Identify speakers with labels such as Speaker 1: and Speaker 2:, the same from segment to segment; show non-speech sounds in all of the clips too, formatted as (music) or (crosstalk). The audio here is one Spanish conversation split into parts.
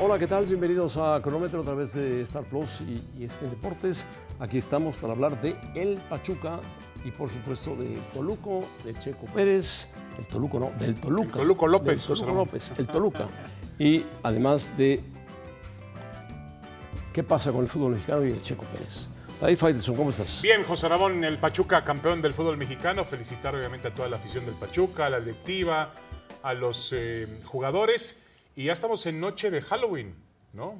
Speaker 1: Hola, ¿qué tal? Bienvenidos a Cronómetro a través de Star Plus y, y ESPN Deportes. Aquí estamos para hablar de El Pachuca y por supuesto de Toluco, de Checo Pérez, el Toluco no, del Toluca. El
Speaker 2: Toluco López,
Speaker 1: Del Toluco
Speaker 2: José Ramón.
Speaker 1: López, el Toluca. Y además de qué pasa con el fútbol mexicano y el Checo Pérez. David Faitelson, ¿cómo estás?
Speaker 2: Bien, José Ramón, el Pachuca campeón del fútbol mexicano. Felicitar obviamente a toda la afición del Pachuca, a la directiva, a los eh, jugadores. Y ya estamos en noche de Halloween, ¿no?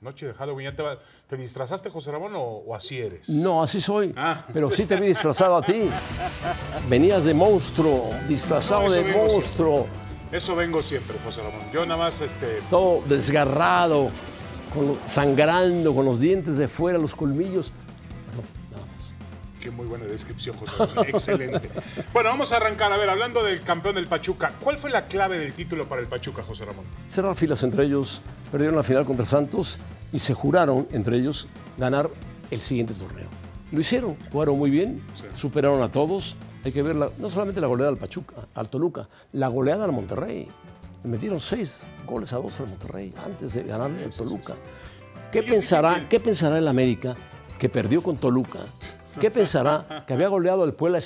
Speaker 2: Noche de Halloween. ¿Ya te, va- te disfrazaste, José Ramón, o, o así eres?
Speaker 1: No, así soy.
Speaker 2: Ah.
Speaker 1: Pero sí te vi disfrazado a ti. Venías de monstruo, disfrazado
Speaker 2: No, eso
Speaker 1: de
Speaker 2: vengo siempre.
Speaker 1: monstruo,
Speaker 2: Eso vengo siempre, José Ramón. Yo nada más, este,
Speaker 1: todo desgarrado, con- sangrando, con los dientes de fuera, los colmillos.
Speaker 2: Qué muy buena descripción, José. (laughs) Ramón. Excelente. Bueno, vamos a arrancar. A ver, hablando del campeón del Pachuca, ¿cuál fue la clave del título para el Pachuca, José Ramón?
Speaker 1: Cerrar filas entre ellos, perdieron la final contra Santos y se juraron entre ellos ganar el siguiente torneo. Lo hicieron, jugaron muy bien, superaron a todos. Hay que ver la- no solamente la goleada al Pachuca, al Toluca, la goleada al Monterrey. Le metieron seis goles a dos al Monterrey antes de ganarle al Toluca. ¿Qué pensará, ¿Qué pensará el América que perdió con Toluca? ¿Qué pensará que había goleado al Puebla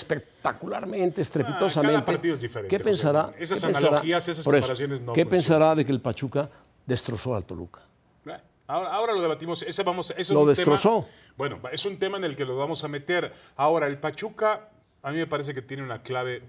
Speaker 1: espectacularmente, estrepitosamente?
Speaker 2: Ah, cada partido es diferente,
Speaker 1: ¿Qué
Speaker 2: José
Speaker 1: pensará?
Speaker 2: Ramón. Esas
Speaker 1: qué pensará-
Speaker 2: analogías, esas
Speaker 1: por eso,
Speaker 2: comparaciones no
Speaker 1: ¿Qué
Speaker 2: funcionan.
Speaker 1: pensará de que el Pachuca destrozó al Toluca?
Speaker 2: Eh, Ahora, ahora lo debatimos. Ese vamos, eso es
Speaker 1: Lo
Speaker 2: un
Speaker 1: destrozó.
Speaker 2: tema- bueno, es un tema en el que lo vamos a meter. Ahora, el Pachuca, a mí me parece que tiene una clave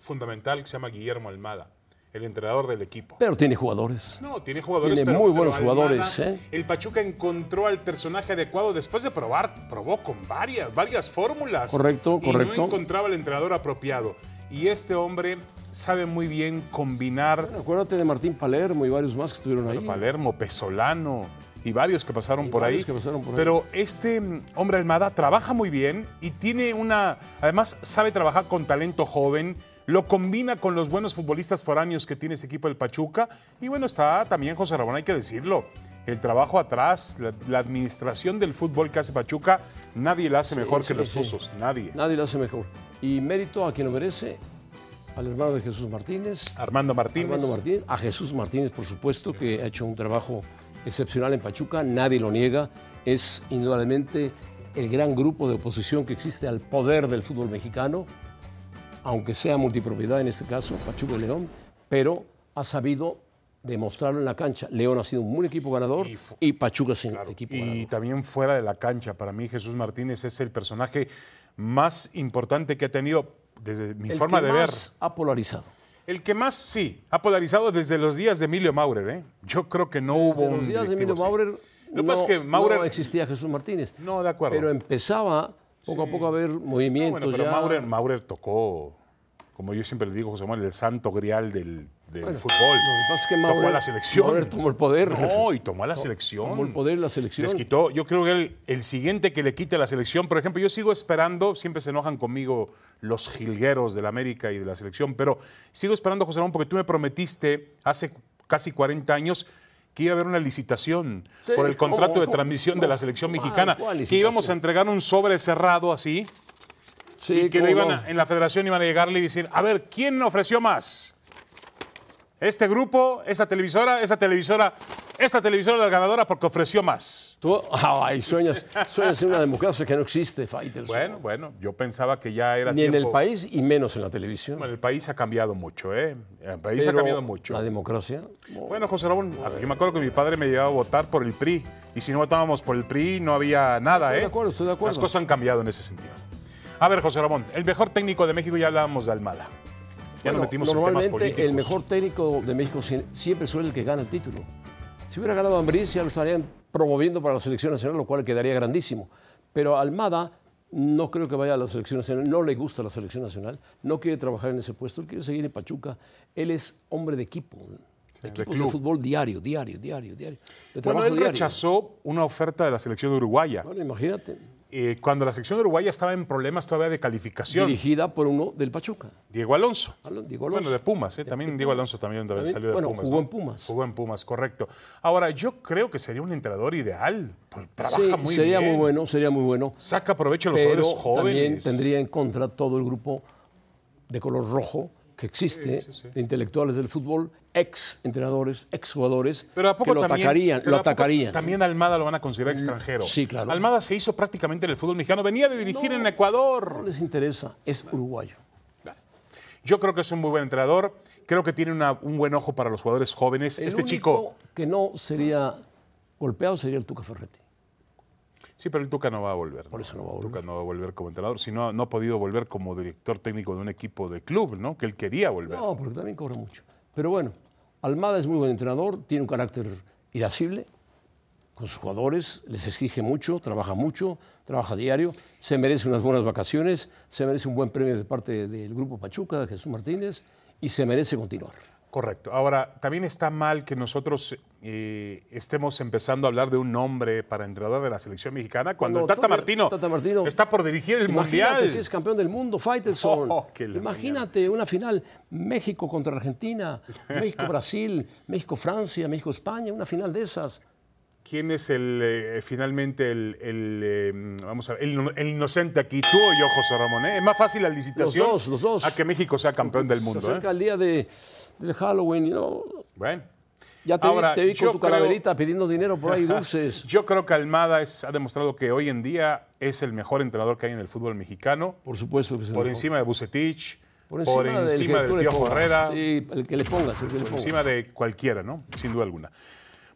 Speaker 2: fundamental que se llama Guillermo Almada, el entrenador del equipo.
Speaker 1: Pero tiene jugadores.
Speaker 2: No, tiene jugadores.
Speaker 1: Tiene
Speaker 2: pero-
Speaker 1: muy
Speaker 2: pero
Speaker 1: buenos jugadores,
Speaker 2: Almada,
Speaker 1: ¿eh?
Speaker 2: El Pachuca encontró al personaje adecuado después de probar, probó con varias, varias fórmulas.
Speaker 1: Correcto,
Speaker 2: y
Speaker 1: correcto.
Speaker 2: No encontraba el entrenador apropiado. Y este hombre sabe muy bien combinar
Speaker 1: Bueno, acuérdate de Martín Palermo y varios más que estuvieron ahí.
Speaker 2: Palermo, Pesolano y varios que pasaron, por,
Speaker 1: varios
Speaker 2: ahí.
Speaker 1: que pasaron por ahí.
Speaker 2: Pero este mm, hombre Almada trabaja muy bien y tiene una. Además, sabe trabajar con talento joven. Lo combina con los buenos futbolistas foráneos que tiene ese equipo del Pachuca. Y bueno, está también José Ramón, hay que decirlo. El trabajo atrás, la, la administración del fútbol que hace Pachuca, nadie la hace mejor
Speaker 1: sí,
Speaker 2: que los
Speaker 1: sí.
Speaker 2: Tuzos. Nadie.
Speaker 1: Nadie lo hace mejor. Y mérito a quien lo merece, al hermano de Jesús Martínez,
Speaker 2: Armando Martínez.
Speaker 1: Armando Martínez, a Jesús Martínez, por supuesto, que ha hecho un trabajo excepcional en Pachuca, nadie lo niega, es indudablemente el gran grupo de oposición que existe al poder del fútbol mexicano, aunque sea multipropiedad en este caso, Pachuca y León, pero ha sabido demostrarlo en la cancha. León ha sido un buen equipo ganador
Speaker 2: Y
Speaker 1: y,
Speaker 2: fu-
Speaker 1: Pachuca es un equipo
Speaker 2: Y
Speaker 1: ganador.
Speaker 2: también fuera de la cancha, para mí Jesús Martínez es el personaje más importante que ha tenido desde mi
Speaker 1: El
Speaker 2: forma
Speaker 1: que
Speaker 2: de
Speaker 1: más ha polarizado.
Speaker 2: ver. El que más sí ha polarizado desde los días de Emilio Maurer, ¿eh? Yo creo que no hubo
Speaker 1: En los
Speaker 2: un
Speaker 1: días de
Speaker 2: directivo
Speaker 1: Emilio
Speaker 2: así.
Speaker 1: Maurer,
Speaker 2: Lo que
Speaker 1: no,
Speaker 2: pasa es que Maurer
Speaker 1: no existía Jesús Martínez.
Speaker 2: No, de acuerdo.
Speaker 1: Pero empezaba poco a poco a haber
Speaker 2: No,
Speaker 1: movimientos
Speaker 2: Ah, bueno, pero
Speaker 1: ya.
Speaker 2: Maurer, Maurer tocó, como yo siempre le digo, José Manuel, el santo grial del, del fútbol.
Speaker 1: Lo que pasa es que
Speaker 2: tocó a
Speaker 1: Maurer-
Speaker 2: la selección.
Speaker 1: Maurer tomó el poder.
Speaker 2: No, y tomó a la
Speaker 1: (laughs)
Speaker 2: selección.
Speaker 1: tomó el poder y la selección.
Speaker 2: Les quitó, yo creo que el, el siguiente que le quite a la selección, por ejemplo, yo sigo esperando, siempre se enojan conmigo los jilgueros de la América y de la selección, pero sigo esperando, José Ramón, porque tú me prometiste hace casi 40 años que iba a haber una licitación
Speaker 1: Sí,
Speaker 2: por el
Speaker 1: ¿cómo?
Speaker 2: contrato de
Speaker 1: ¿Cómo?
Speaker 2: transmisión de la selección
Speaker 1: ¿Cuál?
Speaker 2: mexicana,
Speaker 1: ¿Cuál
Speaker 2: que íbamos a
Speaker 1: licitación?
Speaker 2: entregar un sobre cerrado así,
Speaker 1: Sí,
Speaker 2: y que
Speaker 1: cómo
Speaker 2: le iban
Speaker 1: no.
Speaker 2: a- en la federación iban a llegarle y decir, a ver, ¿quién ofreció más? Este grupo, esta televisora, esta televisora, esta televisora la ganadora porque ofreció más.
Speaker 1: Tú, ay, sueñas, sueñas en una democracia que no existe, Fighters.
Speaker 2: Bueno, bueno, yo pensaba que ya era
Speaker 1: Ni en
Speaker 2: tiempo.
Speaker 1: el país y menos en la televisión.
Speaker 2: Bueno, el país ha cambiado mucho, ¿eh? El país ha
Speaker 1: Pero
Speaker 2: cambiado mucho.
Speaker 1: La democracia.
Speaker 2: Bueno, José Ramón, yo me acuerdo que mi padre me llevaba a votar por el PRI. Y si no votábamos por el PRI, no había nada,
Speaker 1: Estoy
Speaker 2: ¿eh?
Speaker 1: de acuerdo, estoy de acuerdo.
Speaker 2: Las cosas han cambiado en ese sentido. A ver, José Ramón, el mejor técnico de México ya hablábamos de Almada. Ya
Speaker 1: Bueno,
Speaker 2: nos metimos en temas
Speaker 1: normalmente
Speaker 2: políticos.
Speaker 1: el mejor técnico de México si- siempre suele el que gana el título. Si hubiera ganado Ambriz ya lo estarían promoviendo para la selección nacional, lo cual quedaría grandísimo. Pero Almada no creo que vaya a la selección nacional, no le gusta la selección nacional, no quiere trabajar en ese puesto, él quiere seguir en Pachuca. Él es hombre de equipo, de equipos de
Speaker 2: club.
Speaker 1: fútbol diario, diario, diario, diario. De
Speaker 2: Bueno,
Speaker 1: trabajo
Speaker 2: él
Speaker 1: diario.
Speaker 2: rechazó una oferta de la selección uruguaya.
Speaker 1: Bueno, imagínate,
Speaker 2: eh, cuando la selección uruguaya estaba en problemas todavía de calificación.
Speaker 1: dirigida por uno del Pachuca.
Speaker 2: Diego Alonso.
Speaker 1: Alon- Diego Alonso.
Speaker 2: Bueno, de Pumas, ¿eh? También Diego Alonso también, también
Speaker 1: También,
Speaker 2: salió de
Speaker 1: bueno,
Speaker 2: Pumas.
Speaker 1: jugó
Speaker 2: ¿no?
Speaker 1: en Pumas.
Speaker 2: Jugó en Pumas, correcto. Ahora, yo creo que sería un entrenador ideal. porque Trabaja
Speaker 1: Sí,
Speaker 2: muy
Speaker 1: sería
Speaker 2: bien.
Speaker 1: muy bueno, sería muy bueno.
Speaker 2: Saca provecho a los
Speaker 1: pero
Speaker 2: jugadores jóvenes.
Speaker 1: también tendría en contra todo el grupo de color rojo que existe de intelectuales del fútbol ex entrenadores, ex jugadores
Speaker 2: Pero ¿a poco
Speaker 1: que lo
Speaker 2: también,
Speaker 1: atacarían,
Speaker 2: pero
Speaker 1: lo
Speaker 2: ¿a poco
Speaker 1: atacarían. Mm,
Speaker 2: También Almada lo van a considerar extranjero.
Speaker 1: sí, claro.
Speaker 2: Almada se hizo prácticamente en el fútbol mexicano. Venía de dirigir en
Speaker 1: No
Speaker 2: Ecuador.
Speaker 1: les interesa, es uruguayo.
Speaker 2: Yo creo que es un muy buen entrenador. Creo que tiene una- un buen ojo para los jugadores jóvenes.
Speaker 1: El
Speaker 2: este
Speaker 1: único
Speaker 2: chico.
Speaker 1: que no sería golpeado sería el Tuca Ferretti.
Speaker 2: Sí, pero el Tuca no va a volver.
Speaker 1: Por eso no va a volver.
Speaker 2: Tuca no va a volver como entrenador. Si no, no ha podido volver como director técnico de un equipo de club, ¿no? Que él quería volver.
Speaker 1: No, porque también cobra mucho. Pero bueno, Almada es muy buen entrenador, tiene un carácter irascible con sus jugadores, les exige mucho, trabaja mucho, trabaja diario, se merece unas buenas vacaciones, se merece un buen premio de parte del grupo Pachuca, de Jesús Martínez, y se merece continuar.
Speaker 2: Correcto. Ahora, también está mal que nosotros eh, estemos empezando a hablar de un nombre para entrenador de la selección mexicana cuando,
Speaker 1: Cuando
Speaker 2: el Tata
Speaker 1: todavía-
Speaker 2: Martino,
Speaker 1: Tata Martino-
Speaker 2: está por dirigir el
Speaker 1: Imagínate
Speaker 2: Mundial.
Speaker 1: si es campeón del mundo, Faitelson.
Speaker 2: (laughs) Oh, qué la
Speaker 1: Imagínate una final México contra Argentina,
Speaker 2: (laughs)
Speaker 1: México-Brasil, México-Francia, México-España, una final de esas.
Speaker 2: ¿Quién es el eh, finalmente el, el, eh, vamos a ver, el, ino- el inocente aquí? Tú o yo, José Ramón. ¿eh? Es más fácil la licitación
Speaker 1: Los dos, los dos.
Speaker 2: a que México sea campeón del
Speaker 1: Se
Speaker 2: mundo.
Speaker 1: acerca
Speaker 2: ¿eh?
Speaker 1: el día de, del Halloween y no,
Speaker 2: Bueno.
Speaker 1: Ya te, vi-
Speaker 2: Ahora,
Speaker 1: te vi,
Speaker 2: yo
Speaker 1: con tu
Speaker 2: creo-
Speaker 1: calaverita pidiendo dinero
Speaker 2: (laughs)
Speaker 1: por ahí, dulces.
Speaker 2: Yo creo que Almada es- ha demostrado que hoy en día es el mejor entrenador que hay en el fútbol mexicano.
Speaker 1: Por supuesto que se
Speaker 2: Por
Speaker 1: enojó.
Speaker 2: encima de Bucetich, por encima,
Speaker 1: del que tú
Speaker 2: del
Speaker 1: le
Speaker 2: Tío
Speaker 1: pongas.
Speaker 2: Herrera,
Speaker 1: Sí, el que le pongas, el que le
Speaker 2: por
Speaker 1: pongas.
Speaker 2: encima de cualquiera, ¿no? Sin duda alguna.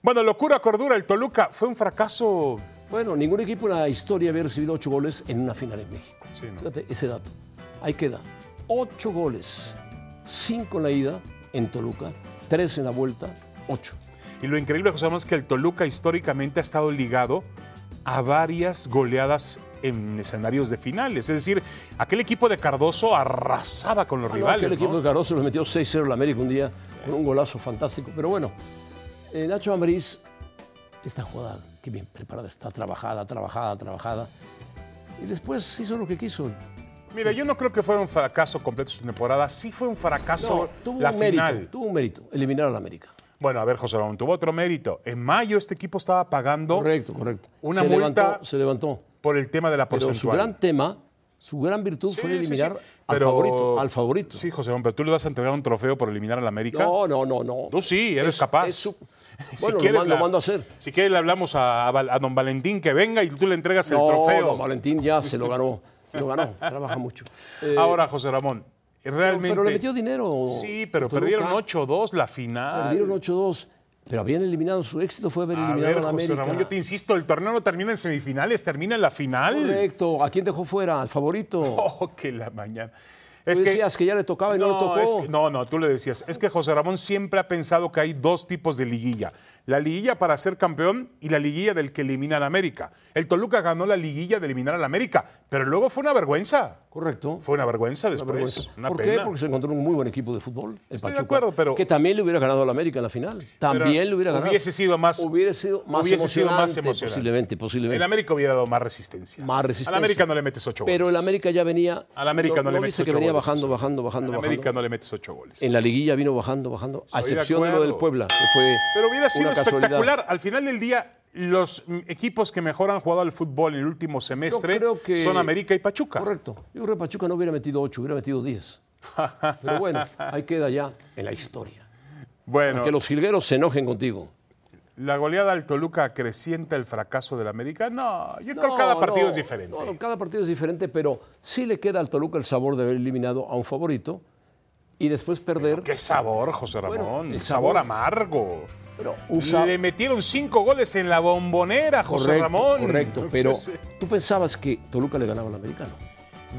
Speaker 2: Bueno, locura, cordura, el Toluca fue un fracaso.
Speaker 1: Bueno, ningún equipo en la historia había recibido ocho goles en una final en México.
Speaker 2: Sí, ¿no?
Speaker 1: Fíjate ese dato. Ahí queda. Ocho goles. Cinco en la ida en Toluca, tres en la vuelta, ocho.
Speaker 2: Y lo increíble, José Ramón, es que el Toluca históricamente ha estado ligado a varias goleadas en escenarios de finales. Es decir, aquel equipo de Cardoso arrasaba con los
Speaker 1: Ah, no,
Speaker 2: rivales.
Speaker 1: aquel
Speaker 2: ¿no?
Speaker 1: equipo de Cardoso le metió 6-0 al América un día con un golazo fantástico. Pero bueno, eh, Nacho Ambriz, esta jugada, qué bien preparada está, trabajada, trabajada, trabajada. Y después hizo lo que quiso.
Speaker 2: Mira, yo no creo que fuera un fracaso completo su temporada. Sí fue un fracaso
Speaker 1: No, tuvo
Speaker 2: la
Speaker 1: un mérito,
Speaker 2: final.
Speaker 1: tuvo un mérito, eliminar al América.
Speaker 2: Bueno, a ver, José Ramón, tuvo otro mérito. En mayo este equipo estaba pagando
Speaker 1: Correcto, correcto.
Speaker 2: Una
Speaker 1: se
Speaker 2: multa-
Speaker 1: levantó, se levantó.
Speaker 2: por el tema de la
Speaker 1: Pero su
Speaker 2: porcentual.
Speaker 1: gran tema, su gran virtud
Speaker 2: Sí,
Speaker 1: fue
Speaker 2: sí,
Speaker 1: eliminar
Speaker 2: sí.
Speaker 1: al
Speaker 2: Pero-
Speaker 1: favorito, al favorito.
Speaker 2: Sí, José Ramón, pero tú le vas a entregar un trofeo por eliminar al América.
Speaker 1: No, no, no, no.
Speaker 2: Tú sí, eres
Speaker 1: Es-
Speaker 2: capaz.
Speaker 1: es su-
Speaker 2: (laughs) Si
Speaker 1: Bueno,
Speaker 2: quieres,
Speaker 1: lo, mando,
Speaker 2: la-
Speaker 1: lo mando a hacer.
Speaker 2: Si quieres, le hablamos a, a Val- a don Valentín que venga y tú le entregas el
Speaker 1: no,
Speaker 2: trofeo.
Speaker 1: don Valentín ya se lo ganó. se lo ganó, trabaja mucho. Eh,
Speaker 2: Ahora, José Ramón, realmente.
Speaker 1: Pero le metió dinero.
Speaker 2: Sí, pero
Speaker 1: Toluca.
Speaker 2: perdieron 8-2 la final.
Speaker 1: Perdieron 8-2, pero habían eliminado, su éxito fue haber
Speaker 2: A
Speaker 1: eliminado
Speaker 2: ver,
Speaker 1: a la
Speaker 2: José
Speaker 1: América.
Speaker 2: Ramón, yo te insisto, el torneo no termina en semifinales, termina en la final.
Speaker 1: Correcto, ¿a quién dejó fuera? Al
Speaker 2: (laughs)
Speaker 1: favorito.
Speaker 2: Oh, que la mañana.
Speaker 1: Tú
Speaker 2: Es que,
Speaker 1: decías que ya le tocaba y no, le tocó.
Speaker 2: es que- no, no, tú le decías. Es que José Ramón siempre ha pensado que hay dos tipos de liguilla. La liguilla para ser campeón y la liguilla del que elimina al América. El Toluca ganó la liguilla de eliminar al América, pero luego fue una vergüenza.
Speaker 1: Correcto.
Speaker 2: Fue una vergüenza
Speaker 1: Una
Speaker 2: después.
Speaker 1: vergüenza.
Speaker 2: una
Speaker 1: ¿Por
Speaker 2: pena.
Speaker 1: qué? Porque se encontró un muy buen equipo de fútbol, el
Speaker 2: Estoy de
Speaker 1: Pachuca,
Speaker 2: acuerdo, pero-
Speaker 1: que también le hubiera ganado al América en la final. También
Speaker 2: Pero
Speaker 1: le hubiera ganado.
Speaker 2: hubiese sido más-
Speaker 1: hubiera sido más
Speaker 2: hubiese sido
Speaker 1: emocionante,
Speaker 2: más emocionante.
Speaker 1: posiblemente,
Speaker 2: El
Speaker 1: posiblemente.
Speaker 2: América hubiera dado más resistencia.
Speaker 1: Más resistencia.
Speaker 2: Al América no le metes ocho
Speaker 1: Pero
Speaker 2: goles.
Speaker 1: el América ya venía.
Speaker 2: Al América
Speaker 1: ¿no-
Speaker 2: no le
Speaker 1: no
Speaker 2: metes
Speaker 1: viste que
Speaker 2: ocho
Speaker 1: venía
Speaker 2: goles,
Speaker 1: bajando, bajando,
Speaker 2: Al
Speaker 1: bajando, bajando.
Speaker 2: América no le metes ocho goles.
Speaker 1: En la liguilla vino bajando, bajando, a
Speaker 2: Estoy de
Speaker 1: excepción de, lo del
Speaker 2: acuerdo.
Speaker 1: Puebla, que fue
Speaker 2: Pero hubiera sido
Speaker 1: una casualidad.
Speaker 2: espectacular. Al final del día, los mm, equipos que mejor han jugado al fútbol en el último semestre
Speaker 1: creo que-
Speaker 2: son América y Pachuca.
Speaker 1: Correcto. Yo creo que Pachuca no hubiera metido 8, hubiera metido 10. Pero bueno, ahí queda ya en la historia.
Speaker 2: Bueno,
Speaker 1: Que los jilgueros se enojen contigo.
Speaker 2: la goleada al Toluca acrecienta el fracaso del América. No, yo creo
Speaker 1: No,
Speaker 2: que cada partido
Speaker 1: no,
Speaker 2: es diferente.
Speaker 1: no, cada partido es diferente, pero sí le queda al Toluca el sabor de haber eliminado a un favorito y después perder.
Speaker 2: Qué sabor, José Ramón.
Speaker 1: el
Speaker 2: el sabor,
Speaker 1: sabor.
Speaker 2: amargo.
Speaker 1: Pero un sa-
Speaker 2: Le metieron cinco goles en la bombonera, José
Speaker 1: correcto,
Speaker 2: Ramón.
Speaker 1: Correcto,
Speaker 2: (laughs) Sí,
Speaker 1: pero
Speaker 2: sí.
Speaker 1: tú pensabas que Toluca le ganaba al americano.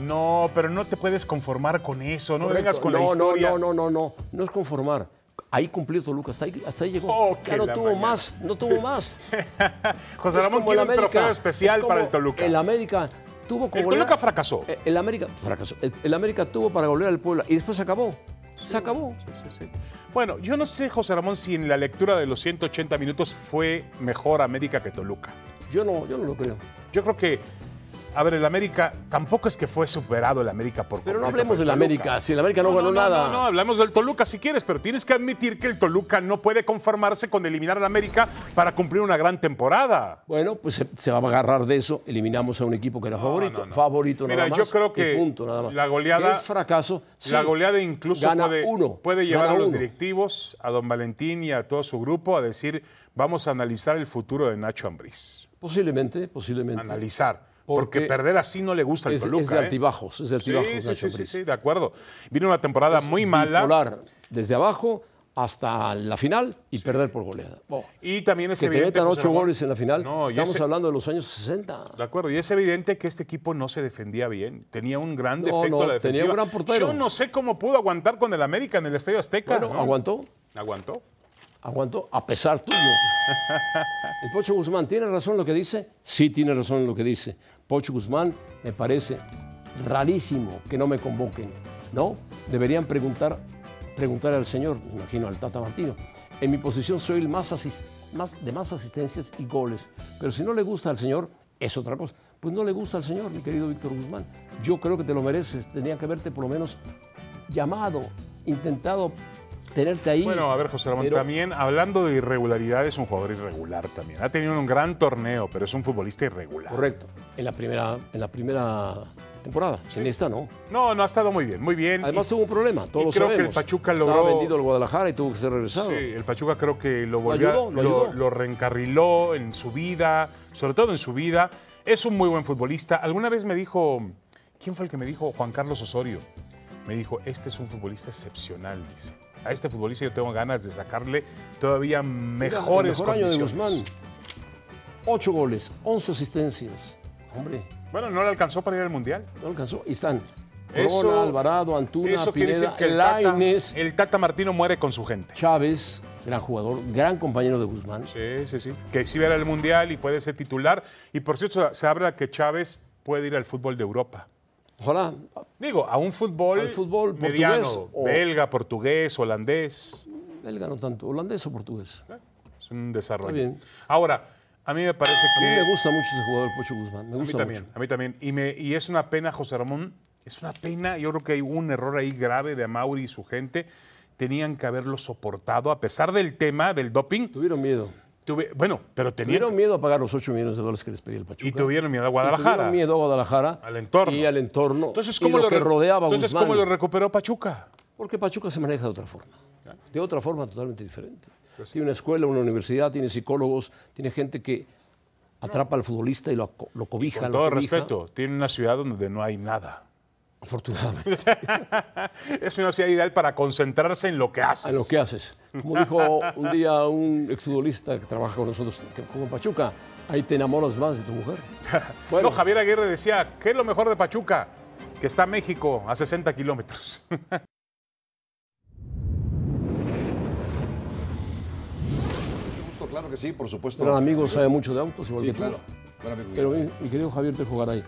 Speaker 2: No, pero no te puedes conformar con eso. No
Speaker 1: Correcto.
Speaker 2: vengas con la
Speaker 1: no, no,
Speaker 2: historia.
Speaker 1: no, no, no, no. No es conformar. Ahí cumplió Toluca, hasta ahí, hasta ahí llegó.
Speaker 2: Oh, que
Speaker 1: ya no
Speaker 2: la
Speaker 1: tuvo
Speaker 2: mañana.
Speaker 1: más, no
Speaker 2: (laughs)
Speaker 1: tuvo más.
Speaker 2: José
Speaker 1: Es
Speaker 2: Ramón
Speaker 1: como el
Speaker 2: quiere un
Speaker 1: América,
Speaker 2: trofeo
Speaker 1: es
Speaker 2: especial
Speaker 1: como
Speaker 2: para el Toluca.
Speaker 1: El América tuvo como
Speaker 2: El Toluca fracasó.
Speaker 1: Eh, El América fracasó. El, el América tuvo para golear al Puebla y después se acabó. Se acabó.
Speaker 2: Sí, sí. Bueno, yo no sé, José Ramón, si en la lectura de los 180 minutos fue mejor América que Toluca.
Speaker 1: Yo no, yo no lo creo.
Speaker 2: Yo creo que A ver, el América tampoco es que fue superado el América por
Speaker 1: Pero no
Speaker 2: completo
Speaker 1: hablemos
Speaker 2: por
Speaker 1: del
Speaker 2: Toluca.
Speaker 1: América, si el América no,
Speaker 2: No,
Speaker 1: ganó
Speaker 2: no,
Speaker 1: nada.
Speaker 2: No, no, hablamos del Toluca si quieres, pero tienes que admitir que el Toluca no puede conformarse con eliminar al América para cumplir una gran temporada.
Speaker 1: Bueno, pues se, se va a agarrar de eso. Eliminamos a un equipo que era favorito.
Speaker 2: no, no.
Speaker 1: Favorito
Speaker 2: Mira,
Speaker 1: nada más.
Speaker 2: yo creo
Speaker 1: y
Speaker 2: que
Speaker 1: punto, nada más.
Speaker 2: la goleada-
Speaker 1: Es fracaso.
Speaker 2: La
Speaker 1: sí.
Speaker 2: goleada incluso
Speaker 1: Gana
Speaker 2: puede,
Speaker 1: uno,
Speaker 2: puede llevar
Speaker 1: gana
Speaker 2: a los
Speaker 1: uno.
Speaker 2: directivos, a don Valentín y a todo su grupo a decir, vamos a analizar el futuro de Nacho Ambriz.
Speaker 1: Posiblemente, posiblemente.
Speaker 2: Analizar.
Speaker 1: Porque
Speaker 2: Porque, perder así no le gusta al
Speaker 1: es,
Speaker 2: Toluca.
Speaker 1: es de
Speaker 2: ¿eh?
Speaker 1: altibajos, es de
Speaker 2: Sí,
Speaker 1: altibajos.
Speaker 2: sí,
Speaker 1: Nacho
Speaker 2: sí, sí,
Speaker 1: Ambriz.
Speaker 2: sí, de acuerdo. Vino una temporada muy mala.
Speaker 1: Bipolar, desde abajo hasta la final y perder por goleada. Oh,
Speaker 2: Y también es
Speaker 1: que te
Speaker 2: evidente,
Speaker 1: metan
Speaker 2: José
Speaker 1: ocho
Speaker 2: Ramón.
Speaker 1: goles en la final.
Speaker 2: No, y
Speaker 1: Estamos
Speaker 2: ese-
Speaker 1: hablando de los años 60.
Speaker 2: De acuerdo, y es evidente que este equipo no se defendía bien. Tenía un gran
Speaker 1: No,
Speaker 2: defecto
Speaker 1: no,
Speaker 2: a la defensiva.
Speaker 1: tenía un gran portero.
Speaker 2: Yo no sé cómo pudo aguantar con el América en el Estadio Azteca.
Speaker 1: Bueno,
Speaker 2: ¿no?
Speaker 1: aguantó,
Speaker 2: Aguantó.
Speaker 1: aguantó, a pesar tuyo. El Pocho Guzmán, ¿tiene razón lo que dice? Sí, tiene razón lo que dice. Pocho Guzmán, me parece rarísimo que no me convoquen. No, deberían preguntar, preguntar al señor, me imagino al Tata Martino. En mi posición soy el más, asis- más- de más asistencias y goles. Pero si no le gusta al señor, es otra cosa. Pues no le gusta al señor, mi querido Víctor Guzmán. Yo creo que te lo mereces. Tenían que haberte por lo menos llamado, intentado tenerte ahí.
Speaker 2: Bueno, a ver, José Ramón,
Speaker 1: Pero-
Speaker 2: también hablando de irregularidad, es un jugador irregular también. Ha tenido un gran torneo, pero es un futbolista irregular.
Speaker 1: Correcto. En la primera, en la primera temporada. En esta no.
Speaker 2: No, no ha estado muy bien, muy bien.
Speaker 1: Además
Speaker 2: Y-
Speaker 1: tuvo un problema, todos
Speaker 2: y
Speaker 1: lo
Speaker 2: creo que el
Speaker 1: sabemos.
Speaker 2: Pachuca
Speaker 1: Estaba
Speaker 2: logró-
Speaker 1: vendido al Guadalajara y tuvo que ser regresado.
Speaker 2: Sí, el Pachuca creo que lo volvió,
Speaker 1: ayudó, lo
Speaker 2: lo,
Speaker 1: ayudó.
Speaker 2: lo reencarriló en su vida, sobre todo en su vida. Es un muy buen futbolista. Alguna vez me dijo, ¿quién fue el que me dijo? Juan Carlos Osorio. Me dijo, este es un futbolista excepcional, dice. A este futbolista yo tengo ganas de sacarle todavía
Speaker 1: Mira, el
Speaker 2: mejores
Speaker 1: mejor año de
Speaker 2: condiciones".
Speaker 1: Guzmán. Ocho goles, once asistencias. Hombre,
Speaker 2: Bueno, no le alcanzó para ir al Mundial.
Speaker 1: no alcanzó. Y están
Speaker 2: Eso-
Speaker 1: Corona, Alvarado, Antuna,
Speaker 2: Eso quiere decir
Speaker 1: Pineda,
Speaker 2: que el Tata,
Speaker 1: Lainez,
Speaker 2: el Tata Martino muere con su gente.
Speaker 1: Chávez, gran jugador, gran compañero de Guzmán.
Speaker 2: Sí, sí, sí. Que sí verá el Mundial y puede ser titular. Y por cierto, se habla que Chávez puede ir al fútbol de Europa.
Speaker 1: Ojalá.
Speaker 2: Digo, a un fútbol,
Speaker 1: Al fútbol
Speaker 2: mediano,
Speaker 1: portugués o-
Speaker 2: belga, portugués, holandés.
Speaker 1: Él ganó tanto, holandés o portugués.
Speaker 2: Eh. Es un desarrollo.
Speaker 1: Está bien.
Speaker 2: Ahora, a mí me parece
Speaker 1: A
Speaker 2: que...
Speaker 1: mí me gusta mucho ese jugador, Pocho Guzmán. Me
Speaker 2: A mí
Speaker 1: gusta
Speaker 2: también,
Speaker 1: mucho.
Speaker 2: a mí también. Y, me, y es una pena, José Ramón, es una pena. Yo creo que hay un error ahí grave de Amauri y su gente. Tenían que haberlo soportado, a pesar del tema del doping.
Speaker 1: Tuvieron miedo.
Speaker 2: Tuve- bueno, pero tenían...
Speaker 1: Tuvieron miedo a pagar los 8 millones de dólares que les pedía el Pachuca.
Speaker 2: Y tuvieron miedo a
Speaker 1: Y
Speaker 2: Guadalajara.
Speaker 1: tuvieron miedo a Guadalajara.
Speaker 2: Al entorno.
Speaker 1: Y al entorno.
Speaker 2: Entonces,
Speaker 1: y
Speaker 2: ¿cómo,
Speaker 1: lo
Speaker 2: lo,
Speaker 1: que
Speaker 2: re-
Speaker 1: rodeaba a
Speaker 2: entonces,
Speaker 1: Guzmán.
Speaker 2: ¿cómo lo recuperó Pachuca?
Speaker 1: Porque Pachuca se maneja de otra forma. De otra forma totalmente diferente.
Speaker 2: Pues
Speaker 1: Tiene una escuela, una universidad, tiene psicólogos, tiene gente que atrapa al futbolista y lo, aco- lo cobija.
Speaker 2: Con
Speaker 1: lo
Speaker 2: todo
Speaker 1: cobija.
Speaker 2: respeto, tiene una ciudad donde no hay nada.
Speaker 1: Afortunadamente.
Speaker 2: (laughs) Es una ciudad ideal para concentrarse en lo que haces.
Speaker 1: a lo que haces. Como dijo un día un exfutbolista que trabaja con nosotros, que- como Pachuca, ahí te enamoras más de tu mujer. Bueno,
Speaker 2: (laughs) No, Javier Aguirre decía, ¿qué es lo mejor de Pachuca? Que está México a 60
Speaker 3: (laughs)
Speaker 2: kilómetros.
Speaker 3: Mucho gusto, claro que sí, por supuesto.
Speaker 1: gran amigo sabe mucho de autos, igual
Speaker 3: Sí,
Speaker 1: que tú.
Speaker 3: claro. Gran amigo.
Speaker 1: Pero eh, mi, mi querido Javier de Jugaray,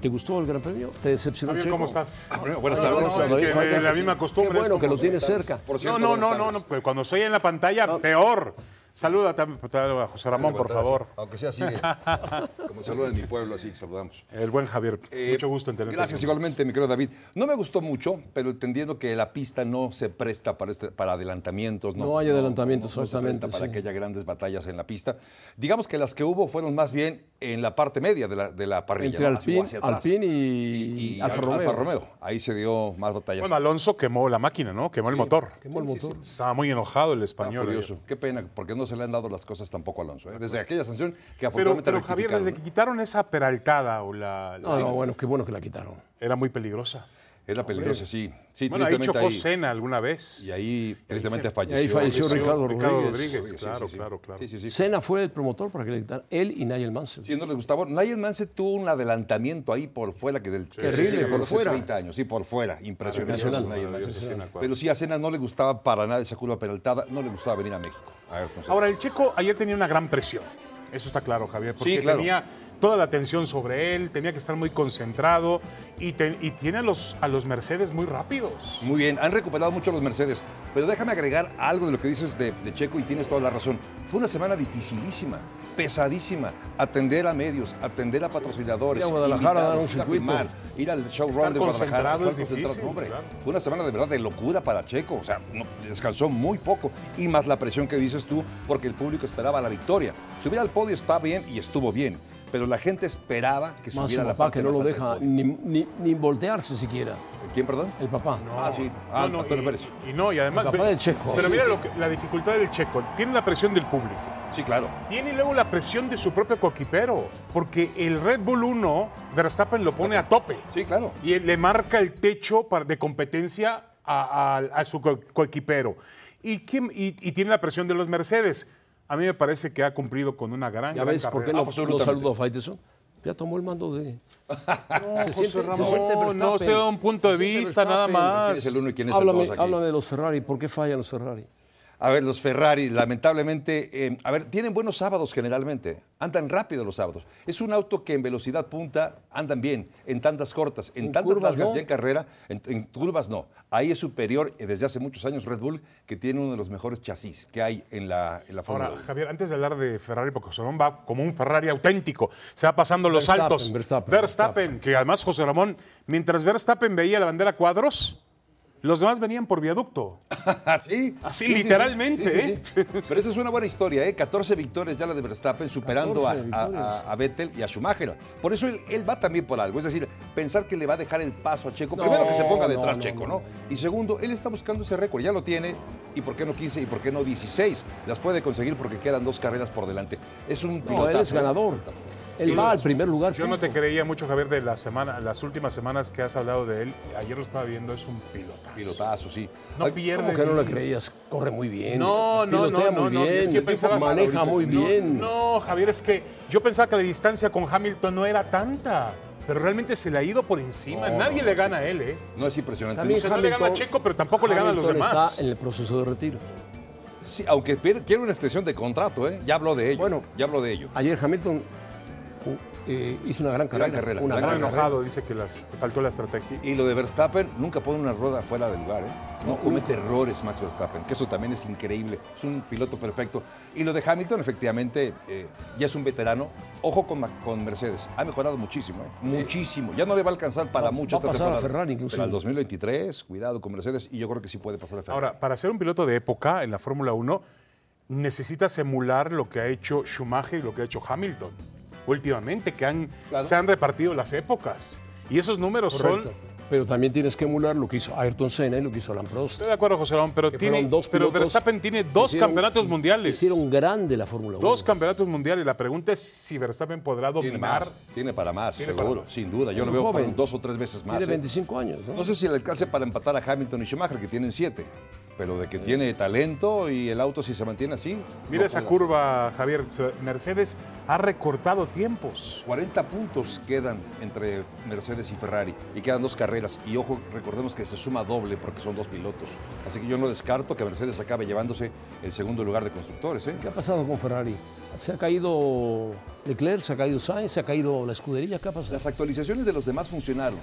Speaker 1: ¿te gustó el Gran Premio? ¿Te decepcionó?
Speaker 2: Javier,
Speaker 1: Checo?
Speaker 2: ¿cómo estás?
Speaker 3: Bueno, buenas
Speaker 1: No, no,
Speaker 3: tardes.
Speaker 1: no,
Speaker 2: es
Speaker 1: todavía
Speaker 2: que
Speaker 1: falta.
Speaker 2: de la misma costumbre
Speaker 1: Qué
Speaker 2: es
Speaker 1: bueno
Speaker 2: como
Speaker 1: que lo
Speaker 2: los
Speaker 1: tienes cerca.
Speaker 3: Por cierto,
Speaker 2: no, no,
Speaker 3: buenas
Speaker 2: no,
Speaker 3: tardes.
Speaker 2: no, pues cuando estoy en la pantalla, peor. Saluda también por favor, a José Ramón, por
Speaker 3: Buenas tardes.
Speaker 2: favor.
Speaker 3: Aunque sea así,
Speaker 1: (laughs)
Speaker 3: de- como saludan en mi pueblo, así que saludamos.
Speaker 2: El buen Javier, (laughs)
Speaker 3: Eh,
Speaker 2: mucho gusto en tenerte.
Speaker 3: Gracias, igualmente, mi querido David. No me gustó mucho, pero entendiendo que la pista no se presta para, este- para adelantamientos.
Speaker 1: No hay adelantamientos,
Speaker 3: no, no se
Speaker 1: exactamente,
Speaker 3: presta para
Speaker 1: sí.
Speaker 3: que haya grandes batallas en la pista. Digamos que las que hubo fueron más bien en la parte media de la, de la
Speaker 1: Entre
Speaker 3: parrilla. ¿no? Hacia-
Speaker 1: Alpine-
Speaker 3: hacia atrás.
Speaker 1: Alpine y Alfa
Speaker 3: Al-
Speaker 1: Romeo.
Speaker 3: Ahí se dio más batallas.
Speaker 2: Bueno, Alonso quemó la máquina, ¿no? Quemó el motor.
Speaker 1: Quemó el motor.
Speaker 2: Estaba muy enojado el
Speaker 3: Ah,
Speaker 2: español. ayer.
Speaker 3: furioso. Qué pena, porque no se le han dado las cosas tampoco a Alonso. ¿eh? Desde aquella sanción que
Speaker 2: Pero,
Speaker 3: afortunadamente
Speaker 2: pero Javier,
Speaker 3: rectificaron,
Speaker 2: desde
Speaker 3: ¿no?
Speaker 2: que quitaron esa peraltada o la, la-
Speaker 1: Ah, No, no, bueno, qué bueno que la quitaron.
Speaker 2: era muy peligrosa.
Speaker 3: Era peligroso, sí. Sí,
Speaker 2: Bueno, ahí
Speaker 3: tristemente
Speaker 2: chocó
Speaker 3: ahí.
Speaker 2: Senna alguna vez.
Speaker 3: Y ahí tristemente
Speaker 2: se-
Speaker 3: falleció.
Speaker 1: ahí falleció
Speaker 3: Sí,
Speaker 1: Ricardo Rodríguez.
Speaker 3: sí, sí,
Speaker 2: claro,
Speaker 3: sí.
Speaker 2: claro, claro.
Speaker 3: Sí, sí, sí.
Speaker 1: Cena fue el promotor para que le quitaran él y Nigel Mansell.
Speaker 3: Si no les gustaba, Nigel Mansell tuvo un adelantamiento ahí por fuera que del
Speaker 1: Terrible,
Speaker 3: que llegó
Speaker 1: por
Speaker 3: hace
Speaker 1: fuera.
Speaker 3: 30 años, sí, por fuera, impresionante.
Speaker 1: Impresionante.
Speaker 3: Nigel Mansell.
Speaker 1: Impresionante.
Speaker 3: Pero sí a Cena no le gustaba para nada esa curva peraltada, no le gustaba venir a México. A ver, Gonzalo.
Speaker 2: Ahora, el checo ayer tenía una gran presión. Eso está claro, Javier. Porque
Speaker 3: Sí, claro.
Speaker 2: tenía toda la atención sobre él, tenía que estar muy concentrado y, te- y tiene a los, a los Mercedes muy rápidos.
Speaker 3: Muy bien, han recuperado mucho los Mercedes, pero déjame agregar algo de lo que dices de, de Checo y tienes toda la razón. Fue una semana dificilísima, pesadísima, atender a medios, atender a patrocinadores,
Speaker 1: Ir a Guadalajara a dar un
Speaker 3: invitados, ir
Speaker 1: circuito.
Speaker 3: firmar, ir al
Speaker 2: Estar
Speaker 3: showround de Guadalajara,
Speaker 2: concentrado
Speaker 3: estar
Speaker 2: es
Speaker 3: concentrado.
Speaker 2: difícil,
Speaker 3: Hombre,
Speaker 2: claro.
Speaker 3: fue una semana de verdad de locura para Checo, o sea, no- descansó muy poco y más la presión que dices tú, porque el público esperaba la victoria. Subir al podio está bien y estuvo bien, pero la gente esperaba que
Speaker 1: Más
Speaker 3: subiera
Speaker 1: su
Speaker 3: a la
Speaker 1: papá
Speaker 3: parte
Speaker 1: que no
Speaker 3: más
Speaker 1: lo
Speaker 3: alta del
Speaker 1: deja
Speaker 3: podio.
Speaker 1: ni, ni- ni voltearse siquiera.
Speaker 3: ¿Quién, perdón?
Speaker 1: El papá.
Speaker 3: Ah, sí. Ah, Antonio
Speaker 2: y,
Speaker 3: Pérez.
Speaker 2: y no, y además.
Speaker 1: El papá de Checo.
Speaker 2: Pero
Speaker 1: Sí,
Speaker 2: mira
Speaker 1: sí,
Speaker 2: lo que- la dificultad del Checo. Tiene la presión del público.
Speaker 3: Sí, claro.
Speaker 2: Tiene luego la presión de su propio coquipero. Porque el Red Bull 1, Verstappen lo pone a tope.
Speaker 3: Sí, claro.
Speaker 2: Y le marca el techo para- de competencia a, a- a su co- coequipero. ¿Y, quién- y- y tiene la presión de los Mercedes. A mí me parece que ha cumplido con una gran,
Speaker 1: ¿Ya
Speaker 2: gran
Speaker 1: ves por qué
Speaker 2: carrera.
Speaker 1: no, no
Speaker 3: Absolutamente.
Speaker 1: saludó a Faitelson? Ya tomó el mando de. se
Speaker 2: José Ramón, no
Speaker 1: Verstappen.
Speaker 2: se da un punto de
Speaker 1: Se siente
Speaker 2: vista nada
Speaker 1: Verstappen.
Speaker 2: más.
Speaker 3: ¿Quién es el uno y quién es
Speaker 1: háblame,
Speaker 3: el dos aquí?
Speaker 1: háblame de los Ferrari, ¿por qué fallan los Ferrari?
Speaker 3: A ver, los Ferrari, lamentablemente, eh, a ver, tienen buenos sábados generalmente, andan rápido los sábados. Es un auto que en velocidad punta andan bien, en tandas cortas, en,
Speaker 1: En
Speaker 3: tantas
Speaker 1: curvas,
Speaker 3: largas
Speaker 1: ¿no?
Speaker 3: ya en carrera, en, en curvas no. Ahí es superior eh, desde hace muchos años Red Bull, que tiene uno de los mejores chasis que hay en la, en la Fórmula
Speaker 2: Ahora,
Speaker 3: 1.
Speaker 2: Javier, antes de hablar de Ferrari, porque José Ramón va como un Ferrari auténtico, se va pasando los
Speaker 1: Verstappen,
Speaker 2: saltos.
Speaker 1: Verstappen, Verstappen.
Speaker 2: que además José Ramón, mientras Verstappen veía la bandera a cuadros, los demás venían por viaducto.
Speaker 3: (laughs) ¿Ah, Sí,
Speaker 2: Así,
Speaker 3: sí, sí,
Speaker 2: literalmente,
Speaker 3: sí, sí,
Speaker 2: ¿eh?
Speaker 3: sí. Pero esa es una buena historia, ¿eh? 14 victorias ya la de Verstappen, superando a,
Speaker 1: 14
Speaker 3: a-
Speaker 1: victorias.
Speaker 3: a- a Vettel y a Schumacher. Por eso él, él va también por algo. Es decir, pensar que le va a dejar el paso a Checo. Primero que se ponga
Speaker 1: no,
Speaker 3: detrás
Speaker 1: no,
Speaker 3: Checo,
Speaker 1: no,
Speaker 3: ¿no? Y segundo, él está buscando ese récord. Ya lo tiene. ¿Y por qué no 15? ¿Y por qué no 16? Las puede conseguir porque quedan dos carreras por delante. Es un
Speaker 1: No, él es
Speaker 3: pilotazo. ¿eh?
Speaker 1: ganador.
Speaker 2: Y
Speaker 1: Él va
Speaker 2: los-
Speaker 1: al primer lugar.
Speaker 2: Yo no
Speaker 1: punto.
Speaker 2: te creía mucho, Javier, de la semana, las últimas semanas que has hablado de él. Ayer lo estaba viendo, es un pilotazo.
Speaker 3: Pilotazo, sí.
Speaker 2: No
Speaker 3: Ay,
Speaker 2: pierde.
Speaker 1: ¿Cómo que no le creías? Corre muy bien.
Speaker 2: No, no, no,
Speaker 1: pilotea
Speaker 2: no,
Speaker 1: muy
Speaker 2: no,
Speaker 1: bien,
Speaker 2: es que pensaba-
Speaker 1: maneja
Speaker 3: ahorita-
Speaker 1: muy
Speaker 2: No,
Speaker 1: bien.
Speaker 2: No, Javier, es que yo pensaba que la distancia con Hamilton no era tanta, pero realmente se le ha ido por encima.
Speaker 3: No,
Speaker 2: Nadie
Speaker 3: no,
Speaker 2: le
Speaker 3: sí.
Speaker 2: gana a él, ¿eh?
Speaker 3: No es impresionante.
Speaker 2: O sea, no le gana a Checo, pero tampoco le gana a los
Speaker 1: Hamilton
Speaker 2: demás.
Speaker 1: Está en el proceso de retiro.
Speaker 3: Sí, aunque pier- quiere una extensión de contrato, ¿eh? Ya habló de ello.
Speaker 1: Bueno.
Speaker 3: ya habló de ello.
Speaker 1: Ayer Hamilton ju- eh, hizo una gran carrera.
Speaker 3: carrera,
Speaker 1: una gran,
Speaker 3: gran
Speaker 2: Estaba
Speaker 3: carrera.
Speaker 1: carrera.
Speaker 2: enojado, dice que las, te faltó la estrategia.
Speaker 3: Y lo de Verstappen, nunca pone una rueda fuera de lugar, ¿eh? No comete errores Max Verstappen, que eso también es increíble. Es un piloto perfecto. Y lo de Hamilton, efectivamente, eh, ya es un veterano. Ojo con, Ma- con Mercedes. Ha mejorado muchísimo, ¿eh? Muchísimo. Ya no le va a alcanzar para
Speaker 1: Va-
Speaker 3: mucho
Speaker 1: va a
Speaker 3: esta
Speaker 1: pasar a
Speaker 3: temporada.
Speaker 1: Ferrari, inclusive.
Speaker 3: Pero al 2023, cuidado con Mercedes. Y yo creo que sí puede pasar a Ferrari.
Speaker 2: Ahora, para ser un piloto de época en la Fórmula 1, necesitas emular lo que ha hecho Schumacher y lo que ha hecho Hamilton últimamente, que han,
Speaker 3: Claro.
Speaker 2: se han repartido las épocas. Y esos números
Speaker 1: Correcto.
Speaker 2: son...
Speaker 1: Pero también tienes que emular lo que hizo Ayrton Senna y lo que hizo Alan Prost.
Speaker 2: Estoy de acuerdo, José Ramón, pero,
Speaker 1: que
Speaker 2: tiene,
Speaker 1: fueron dos
Speaker 2: pero
Speaker 1: pilotos
Speaker 2: Verstappen tiene
Speaker 1: que
Speaker 2: dos
Speaker 1: hicieron-
Speaker 2: campeonates
Speaker 1: que
Speaker 2: mundiales.
Speaker 1: Hicieron grande la Fórmula 1.
Speaker 2: Dos campeonatos mundiales. La pregunta es si Verstappen podrá
Speaker 3: tiene
Speaker 2: dominar.
Speaker 3: más. Tiene para más,
Speaker 2: Tiene
Speaker 3: seguro.
Speaker 2: para más.
Speaker 3: Sin duda. Yo lo
Speaker 1: Un
Speaker 3: veo
Speaker 1: joven.
Speaker 3: para un dos o tres veces más.
Speaker 1: Tiene
Speaker 3: ¿eh?
Speaker 1: 25 años. ¿no?
Speaker 3: No sé si le alcance para empatar a Hamilton y Schumacher, que tienen siete. Pero de que tiene talento y el auto, si se mantiene así.
Speaker 2: Mira
Speaker 3: no
Speaker 2: esa
Speaker 3: puede
Speaker 2: curva, Javier. Mercedes ha recortado tiempos.
Speaker 3: 40 puntos quedan entre Mercedes y Ferrari y quedan dos carreras. Y ojo, recordemos que se suma doble porque son dos pilotos. Así que yo no descarto que Mercedes acabe llevándose el segundo lugar de constructores. ¿eh?
Speaker 1: ¿Qué ha pasado con Ferrari? ¿Se ha caído Leclerc? ¿Se ha caído Sainz? ¿Se ha caído la escudería? ¿Qué ha pasado?
Speaker 3: Las actualizaciones de los demás funcionaron.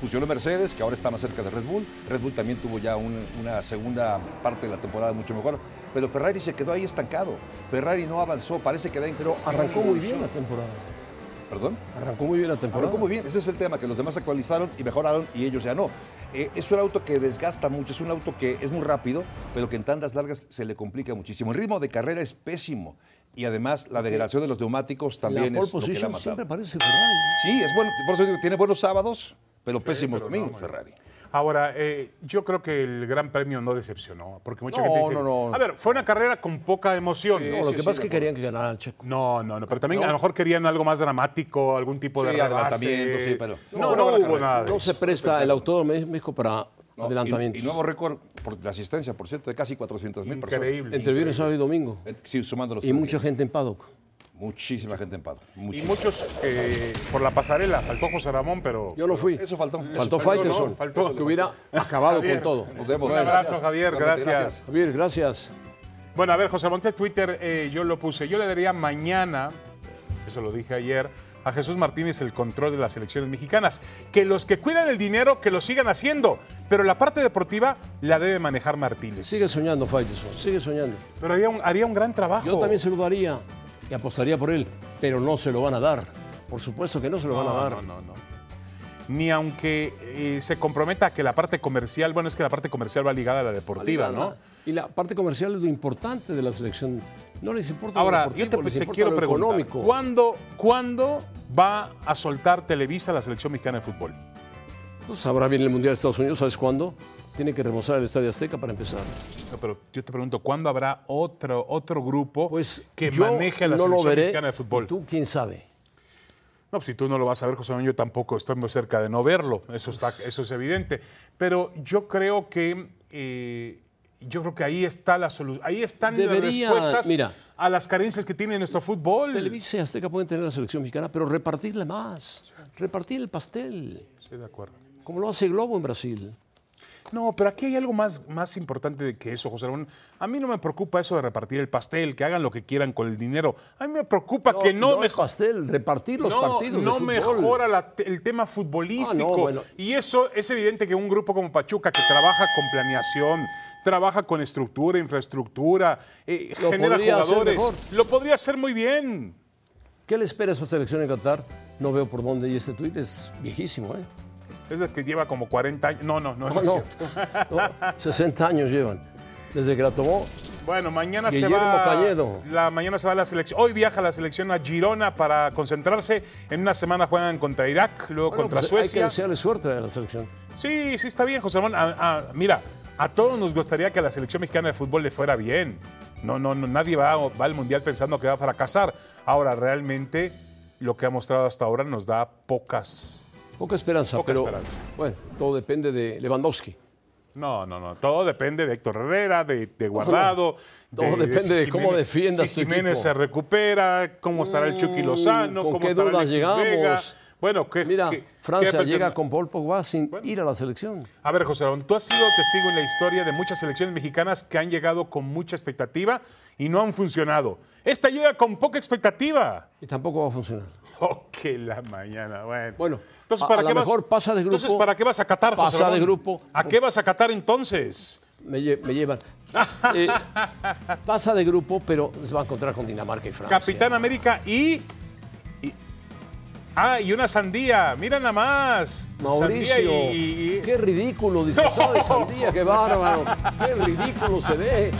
Speaker 3: Funcionó Mercedes, que ahora está más cerca de Red Bull. Red Bull también tuvo ya un- una segunda parte de la temporada mucho mejor. Pero Ferrari se quedó ahí estancado. Ferrari no avanzó. Parece que da en-
Speaker 1: Pero arrancó muy bien la temporada.
Speaker 3: Perdón.
Speaker 1: Arrancó muy bien la temporada.
Speaker 3: Arrancó muy bien, ese es el tema, que los demás actualizaron y mejoraron y ellos ya no. Eh, es un auto que desgasta mucho, es un auto que es muy rápido, pero que en tandas largas se le complica muchísimo. El ritmo de carrera es pésimo y además la degradación de los neumáticos también
Speaker 1: la pole
Speaker 3: es lo que le ha
Speaker 1: position
Speaker 3: matado.
Speaker 1: siempre parece Ferrari.
Speaker 3: Sí, es bueno, por eso digo, tiene buenos sábados, pero pésimos domingos Ferrari.
Speaker 2: Ahora, eh, yo creo que el Gran Premio no decepcionó. Porque mucha
Speaker 3: No,
Speaker 2: gente dice.
Speaker 3: no, no.
Speaker 2: A ver, fue una carrera con poca emoción.
Speaker 3: Sí.
Speaker 1: No, lo que
Speaker 3: sí,
Speaker 1: pasa es
Speaker 3: de
Speaker 1: que querían que ganara el Checo.
Speaker 2: No, no, no, pero también a lo mejor querían algo más dramático, algún tipo de
Speaker 3: Sí,
Speaker 2: rebase.
Speaker 3: adelantamiento, sí, pero-
Speaker 2: No, no,
Speaker 3: No, no,
Speaker 2: hubo
Speaker 3: no,
Speaker 2: nada. de
Speaker 1: No
Speaker 2: eso.
Speaker 1: se presta el autor de México para
Speaker 3: No,
Speaker 1: adelantamientos.
Speaker 3: y, y nuevo récord por la asistencia, por cierto, de casi 400 mil personas.
Speaker 2: Increíble.
Speaker 1: Entre viernes, sábado y domingo.
Speaker 3: Eh, Sí, sumando los
Speaker 1: Y
Speaker 3: tres
Speaker 1: mucha
Speaker 3: días.
Speaker 1: gente en paddock.
Speaker 3: Muchísima gente en Pado.
Speaker 2: Y
Speaker 3: Muchísima.
Speaker 2: muchos eh, por la pasarela. Faltó José Ramón, pero.
Speaker 1: Yo no fui.
Speaker 3: Eso faltó.
Speaker 1: Faltó
Speaker 3: Eso faltó,
Speaker 1: Faitelson.
Speaker 2: ¿no? Faltó.
Speaker 1: Que hubiera acabado
Speaker 2: Javier,
Speaker 1: con todo.
Speaker 3: Nos vemos.
Speaker 2: Un abrazo, Javier,
Speaker 3: Cuídate,
Speaker 2: gracias.
Speaker 1: Javier, gracias.
Speaker 2: Bueno, este a ver, José Montes, Twitter eh, yo lo puse. Yo le daría mañana, eso lo dije ayer, a Jesús Martínez el control de las selecciones mexicanas. Que los que cuidan el dinero, que lo sigan haciendo, pero la parte deportiva la debe manejar Martínez.
Speaker 1: Sigue soñando, Faitelson, sigue soñando.
Speaker 2: Pero haría un, haría un gran trabajo.
Speaker 3: Oh.
Speaker 1: Yo también se lo daría y apostaría por él, pero no se lo van a dar. Por supuesto que no se lo van a dar.
Speaker 2: No, no, no. Ni aunque eh, se comprometa a que la parte comercial, bueno, es que la parte comercial va ligada a la deportiva, ¿no?
Speaker 1: Y la parte comercial es lo importante de la selección. No les importa
Speaker 2: Ahora,
Speaker 1: lo
Speaker 2: yo te,
Speaker 1: deportivo, les
Speaker 2: te
Speaker 1: importa
Speaker 2: quiero
Speaker 1: lo
Speaker 2: preguntar,
Speaker 1: económico.
Speaker 2: ¿cuándo, ¿cuándo va a soltar Televisa la selección mexicana de fútbol?
Speaker 1: Pues sabrá bien el Mundial de Estados Unidos, ¿sabes cuándo? Tiene que remozar el Estadio Azteca para empezar.
Speaker 2: No, pero yo te pregunto, ¿cuándo habrá otro, otro grupo
Speaker 1: Pues
Speaker 2: que
Speaker 1: yo
Speaker 2: maneje a la
Speaker 1: no lo
Speaker 2: selección
Speaker 1: veré,
Speaker 2: mexicana de fútbol?
Speaker 1: y Tú quién sabe.
Speaker 2: No, pues si tú no lo vas a ver, José Manuel, yo tampoco estoy muy cerca de no verlo. Eso, está, eso es evidente. Pero yo creo que. eh, yo creo que ahí está la solución. Ahí están
Speaker 1: Debería,
Speaker 2: las respuestas
Speaker 1: mira.
Speaker 2: a las carencias que tiene nuestro fútbol.
Speaker 1: Televisa y Azteca pueden tener la selección mexicana, pero repartirla más. Repartir el pastel,
Speaker 2: Estoy de acuerdo.
Speaker 1: como lo hace Globo en Brasil.
Speaker 2: No, pero aquí hay algo más, más importante de que eso, José Ramón. A mí no me preocupa eso de repartir el pastel, que hagan lo que quieran con el dinero. A mí me preocupa que no,
Speaker 1: el
Speaker 2: mejo-
Speaker 1: pastel, repartir los
Speaker 2: no-
Speaker 1: partidos de
Speaker 2: no
Speaker 1: fútbol.
Speaker 2: mejora la te- el tema futbolístico.
Speaker 1: Ah, no, bueno.
Speaker 2: Y eso es evidente que un grupo como Pachuca, que trabaja con planeación, trabaja con estructura, infraestructura, eh,
Speaker 1: Lo
Speaker 2: genera
Speaker 1: podría hacer
Speaker 2: jugadores,
Speaker 1: mejor.
Speaker 2: lo podría hacer muy bien.
Speaker 1: ¿Qué le espera a esa selección en Qatar? No veo por dónde y este tuit es viejísimo, ¿eh?
Speaker 2: Es el que lleva como 40 años. No, no, no. no
Speaker 1: No,
Speaker 2: es
Speaker 1: no,
Speaker 2: cierto.
Speaker 1: no, 60 años llevan desde que la tomó.
Speaker 2: Bueno, mañana se
Speaker 1: Guillermo
Speaker 2: va.
Speaker 1: Cañedo.
Speaker 2: La mañana se va la selección. Hoy viaja la selección a Girona para concentrarse. En una semana juegan contra Irak, luego
Speaker 1: Bueno,
Speaker 2: contra
Speaker 1: pues Hay que
Speaker 2: Suecia.
Speaker 1: desearle suerte a la selección.
Speaker 2: Sí, sí está bien, José Ramón. Ah, ah, mira, a todos nos gustaría que a la selección mexicana de fútbol le fuera bien. No, no, no, nadie va, va al mundial pensando que va a fracasar. Ahora, realmente, lo que ha mostrado hasta ahora nos da pocas.
Speaker 1: Poca esperanza,
Speaker 2: Poca
Speaker 1: pero
Speaker 2: esperanza.
Speaker 1: bueno, todo depende de Lewandowski.
Speaker 2: No, no, no. Todo depende de Héctor Herrera, de, de Guardado.
Speaker 1: no. Todo depende de cómo defiendas
Speaker 2: si
Speaker 1: tu
Speaker 2: Jiménez
Speaker 1: equipo. Mm,
Speaker 2: se recupera, cómo estará el Chucky Lozano,
Speaker 1: ¿con
Speaker 2: cómo
Speaker 1: qué
Speaker 2: estará
Speaker 1: dudas
Speaker 2: Alexis
Speaker 1: llegamos?
Speaker 2: Vega. Bueno, que,
Speaker 1: Mira,
Speaker 2: que-
Speaker 1: Francia
Speaker 2: que-
Speaker 1: llega con Paul Pogba sin ir a la selección.
Speaker 2: A ver, José Ramón, tú has sido testigo en la historia de muchas selecciones mexicanas que han llegado con mucha expectativa y no han funcionado. Esta llega con poca expectativa. (laughs)
Speaker 1: Y tampoco va a funcionar.
Speaker 2: Oh, que la mañana, bueno.
Speaker 1: Bueno,
Speaker 2: entonces,
Speaker 1: a-
Speaker 2: ¿para
Speaker 1: a lo
Speaker 2: qué vas?
Speaker 1: mejor pasa de grupo,
Speaker 2: Entonces, ¿para qué vas a Qatar, José
Speaker 1: pasa de
Speaker 2: Ramón?
Speaker 1: grupo.
Speaker 2: ¿A qué vas a Qatar entonces?
Speaker 1: Me, lle- me (laughs) llevan. Eh, pasa de grupo, pero se va a encontrar con Dinamarca y Francia.
Speaker 2: Capitán América y, y- Ah, y una sandía. Mira nada más.
Speaker 1: Mauricio,
Speaker 2: Sandía y- y- y-
Speaker 1: qué ridículo, (laughs) dice,
Speaker 2: No.
Speaker 1: "Sabe, Sandía, qué bárbaro, qué ridículo se ve.